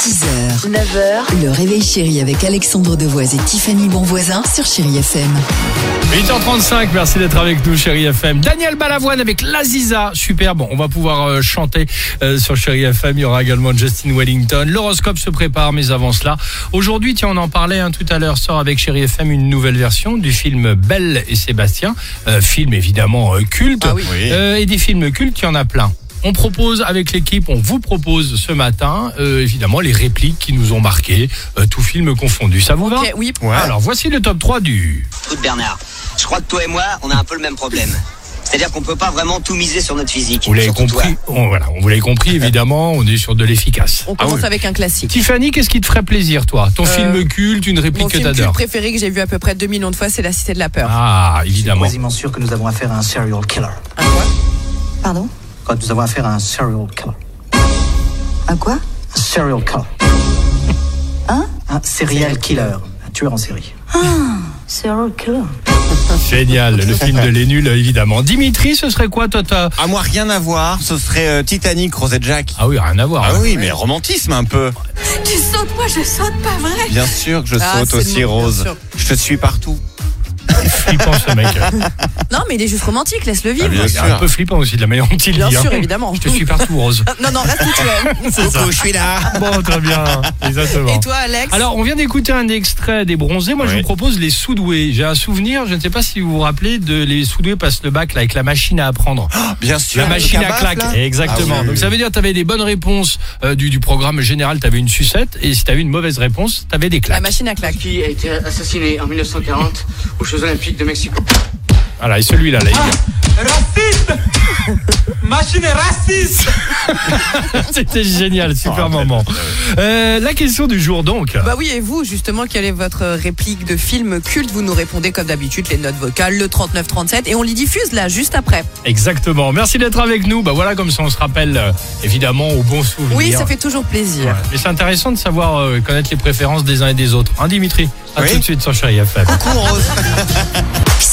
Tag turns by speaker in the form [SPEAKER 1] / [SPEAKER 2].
[SPEAKER 1] 6h, 9h, le réveil chéri avec Alexandre Devoise et Tiffany Bonvoisin sur Chéri FM.
[SPEAKER 2] 8h35, merci d'être avec nous, chérie FM. Daniel Balavoine avec l'Aziza, super. Bon, on va pouvoir euh, chanter euh, sur chérie FM. Il y aura également Justin Wellington. L'horoscope se prépare, mais avant cela, aujourd'hui, tiens, on en parlait hein, tout à l'heure, sort avec chérie FM une nouvelle version du film Belle et Sébastien, Euh, film évidemment euh, culte.
[SPEAKER 3] Ah
[SPEAKER 2] Euh, et des films cultes, il y en a plein. On propose avec l'équipe, on vous propose ce matin, euh, évidemment, les répliques qui nous ont marqué, euh, tout film confondu. Ça vous
[SPEAKER 3] Ok,
[SPEAKER 2] va
[SPEAKER 3] oui.
[SPEAKER 2] Alors voici le top 3 du...
[SPEAKER 4] Écoute Bernard, je crois que toi et moi, on a un peu le même problème. C'est-à-dire qu'on peut pas vraiment tout miser sur notre physique.
[SPEAKER 2] Vous l'avez
[SPEAKER 4] Surtout
[SPEAKER 2] compris, on, voilà, on vous l'avez compris évidemment, on est sur de l'efficace.
[SPEAKER 3] On
[SPEAKER 2] Ah
[SPEAKER 3] commence
[SPEAKER 2] oui.
[SPEAKER 3] avec un classique.
[SPEAKER 2] Tiffany, qu'est-ce qui te ferait plaisir toi Ton
[SPEAKER 3] Euh,
[SPEAKER 2] film culte, une réplique
[SPEAKER 3] Mon
[SPEAKER 2] que
[SPEAKER 3] film culte
[SPEAKER 2] t'adores
[SPEAKER 3] préféré que j'ai vu à peu près 2 millions de fois, c'est La Cité de la Peur.
[SPEAKER 2] Ah,
[SPEAKER 5] Je suis
[SPEAKER 2] évidemment.
[SPEAKER 5] quasiment sûr que nous avons affaire à un serial killer.
[SPEAKER 1] Pardon
[SPEAKER 5] Quand nous avons affaire à un serial killer.
[SPEAKER 1] À quoi
[SPEAKER 5] Un serial killer.
[SPEAKER 1] Hein
[SPEAKER 5] Un serial killer. Un tueur en série.
[SPEAKER 1] Serial killer.
[SPEAKER 2] Génial, le film de Les Nuls, évidemment. Dimitri, ce serait quoi toi t'as-
[SPEAKER 6] À moi, rien à voir, ce serait euh, Titanic, Rosette Jack.
[SPEAKER 2] Ah oui, rien à voir.
[SPEAKER 6] Ah
[SPEAKER 2] hein.
[SPEAKER 6] oui, mais romantisme un peu.
[SPEAKER 2] Ah.
[SPEAKER 7] Tu sautes, moi je saute, pas vrai
[SPEAKER 6] Bien sûr que je
[SPEAKER 3] Ah,
[SPEAKER 6] saute
[SPEAKER 3] c'est
[SPEAKER 6] aussi,
[SPEAKER 3] bon, bien
[SPEAKER 6] Rose.
[SPEAKER 3] sûr.
[SPEAKER 6] Je te suis partout.
[SPEAKER 2] Flippant ce mec.
[SPEAKER 3] Non, mais il est juste romantique, laisse-le vivre.
[SPEAKER 6] bien
[SPEAKER 2] Il est un
[SPEAKER 6] sûr.
[SPEAKER 2] peu flippant aussi de la manière dont il
[SPEAKER 3] Bien
[SPEAKER 2] dit, hein.
[SPEAKER 3] sûr, évidemment.
[SPEAKER 2] Je te suis partout, Rose.
[SPEAKER 3] Ah, Non, non, reste où tu es.
[SPEAKER 6] Coucou, je suis là.
[SPEAKER 2] Bon, très bien, exactement.
[SPEAKER 3] Et toi, Alex
[SPEAKER 2] Alors, on vient d'écouter un extrait des bronzés. Moi, je
[SPEAKER 6] Oui.
[SPEAKER 2] vous propose les soudoués. J'ai un souvenir, je ne sais pas si vous vous rappelez, de les soudoués passent le bac là, avec la machine à apprendre.
[SPEAKER 6] Bien sûr.
[SPEAKER 2] La
[SPEAKER 6] le
[SPEAKER 2] machine à
[SPEAKER 6] cabaf,
[SPEAKER 2] claque,
[SPEAKER 6] là.
[SPEAKER 2] exactement.
[SPEAKER 6] Ah oui,
[SPEAKER 2] Donc ça veut dire que tu avais des bonnes réponses euh, du, du programme général, tu avais une sucette, et si tu avais une mauvaise réponse, tu avais des
[SPEAKER 3] La
[SPEAKER 2] claques.
[SPEAKER 3] machine à claque.
[SPEAKER 8] qui a été assassiné en 1940 aux Jeux Olympiques de Mexico.
[SPEAKER 2] Voilà, et celui-là, là, il-
[SPEAKER 3] Ah,
[SPEAKER 2] c'était génial, super
[SPEAKER 6] Ah,
[SPEAKER 2] moment. Euh, la question du jour donc.
[SPEAKER 3] Bah oui, et vous, justement, quelle est votre réplique de film culte Vous nous répondez comme d'habitude les notes vocales, le 39-37, et on les diffuse là, juste après.
[SPEAKER 2] Exactement. Merci d'être avec nous. Bah voilà, comme ça on se rappelle euh, évidemment aux bons souvenirs.
[SPEAKER 3] Oui, ça fait toujours plaisir.
[SPEAKER 2] Mais c'est intéressant de savoir euh, connaître les préférences des uns et des autres. Hein, Dimitri À
[SPEAKER 6] Oui.
[SPEAKER 2] tout de suite sur Chéri FM.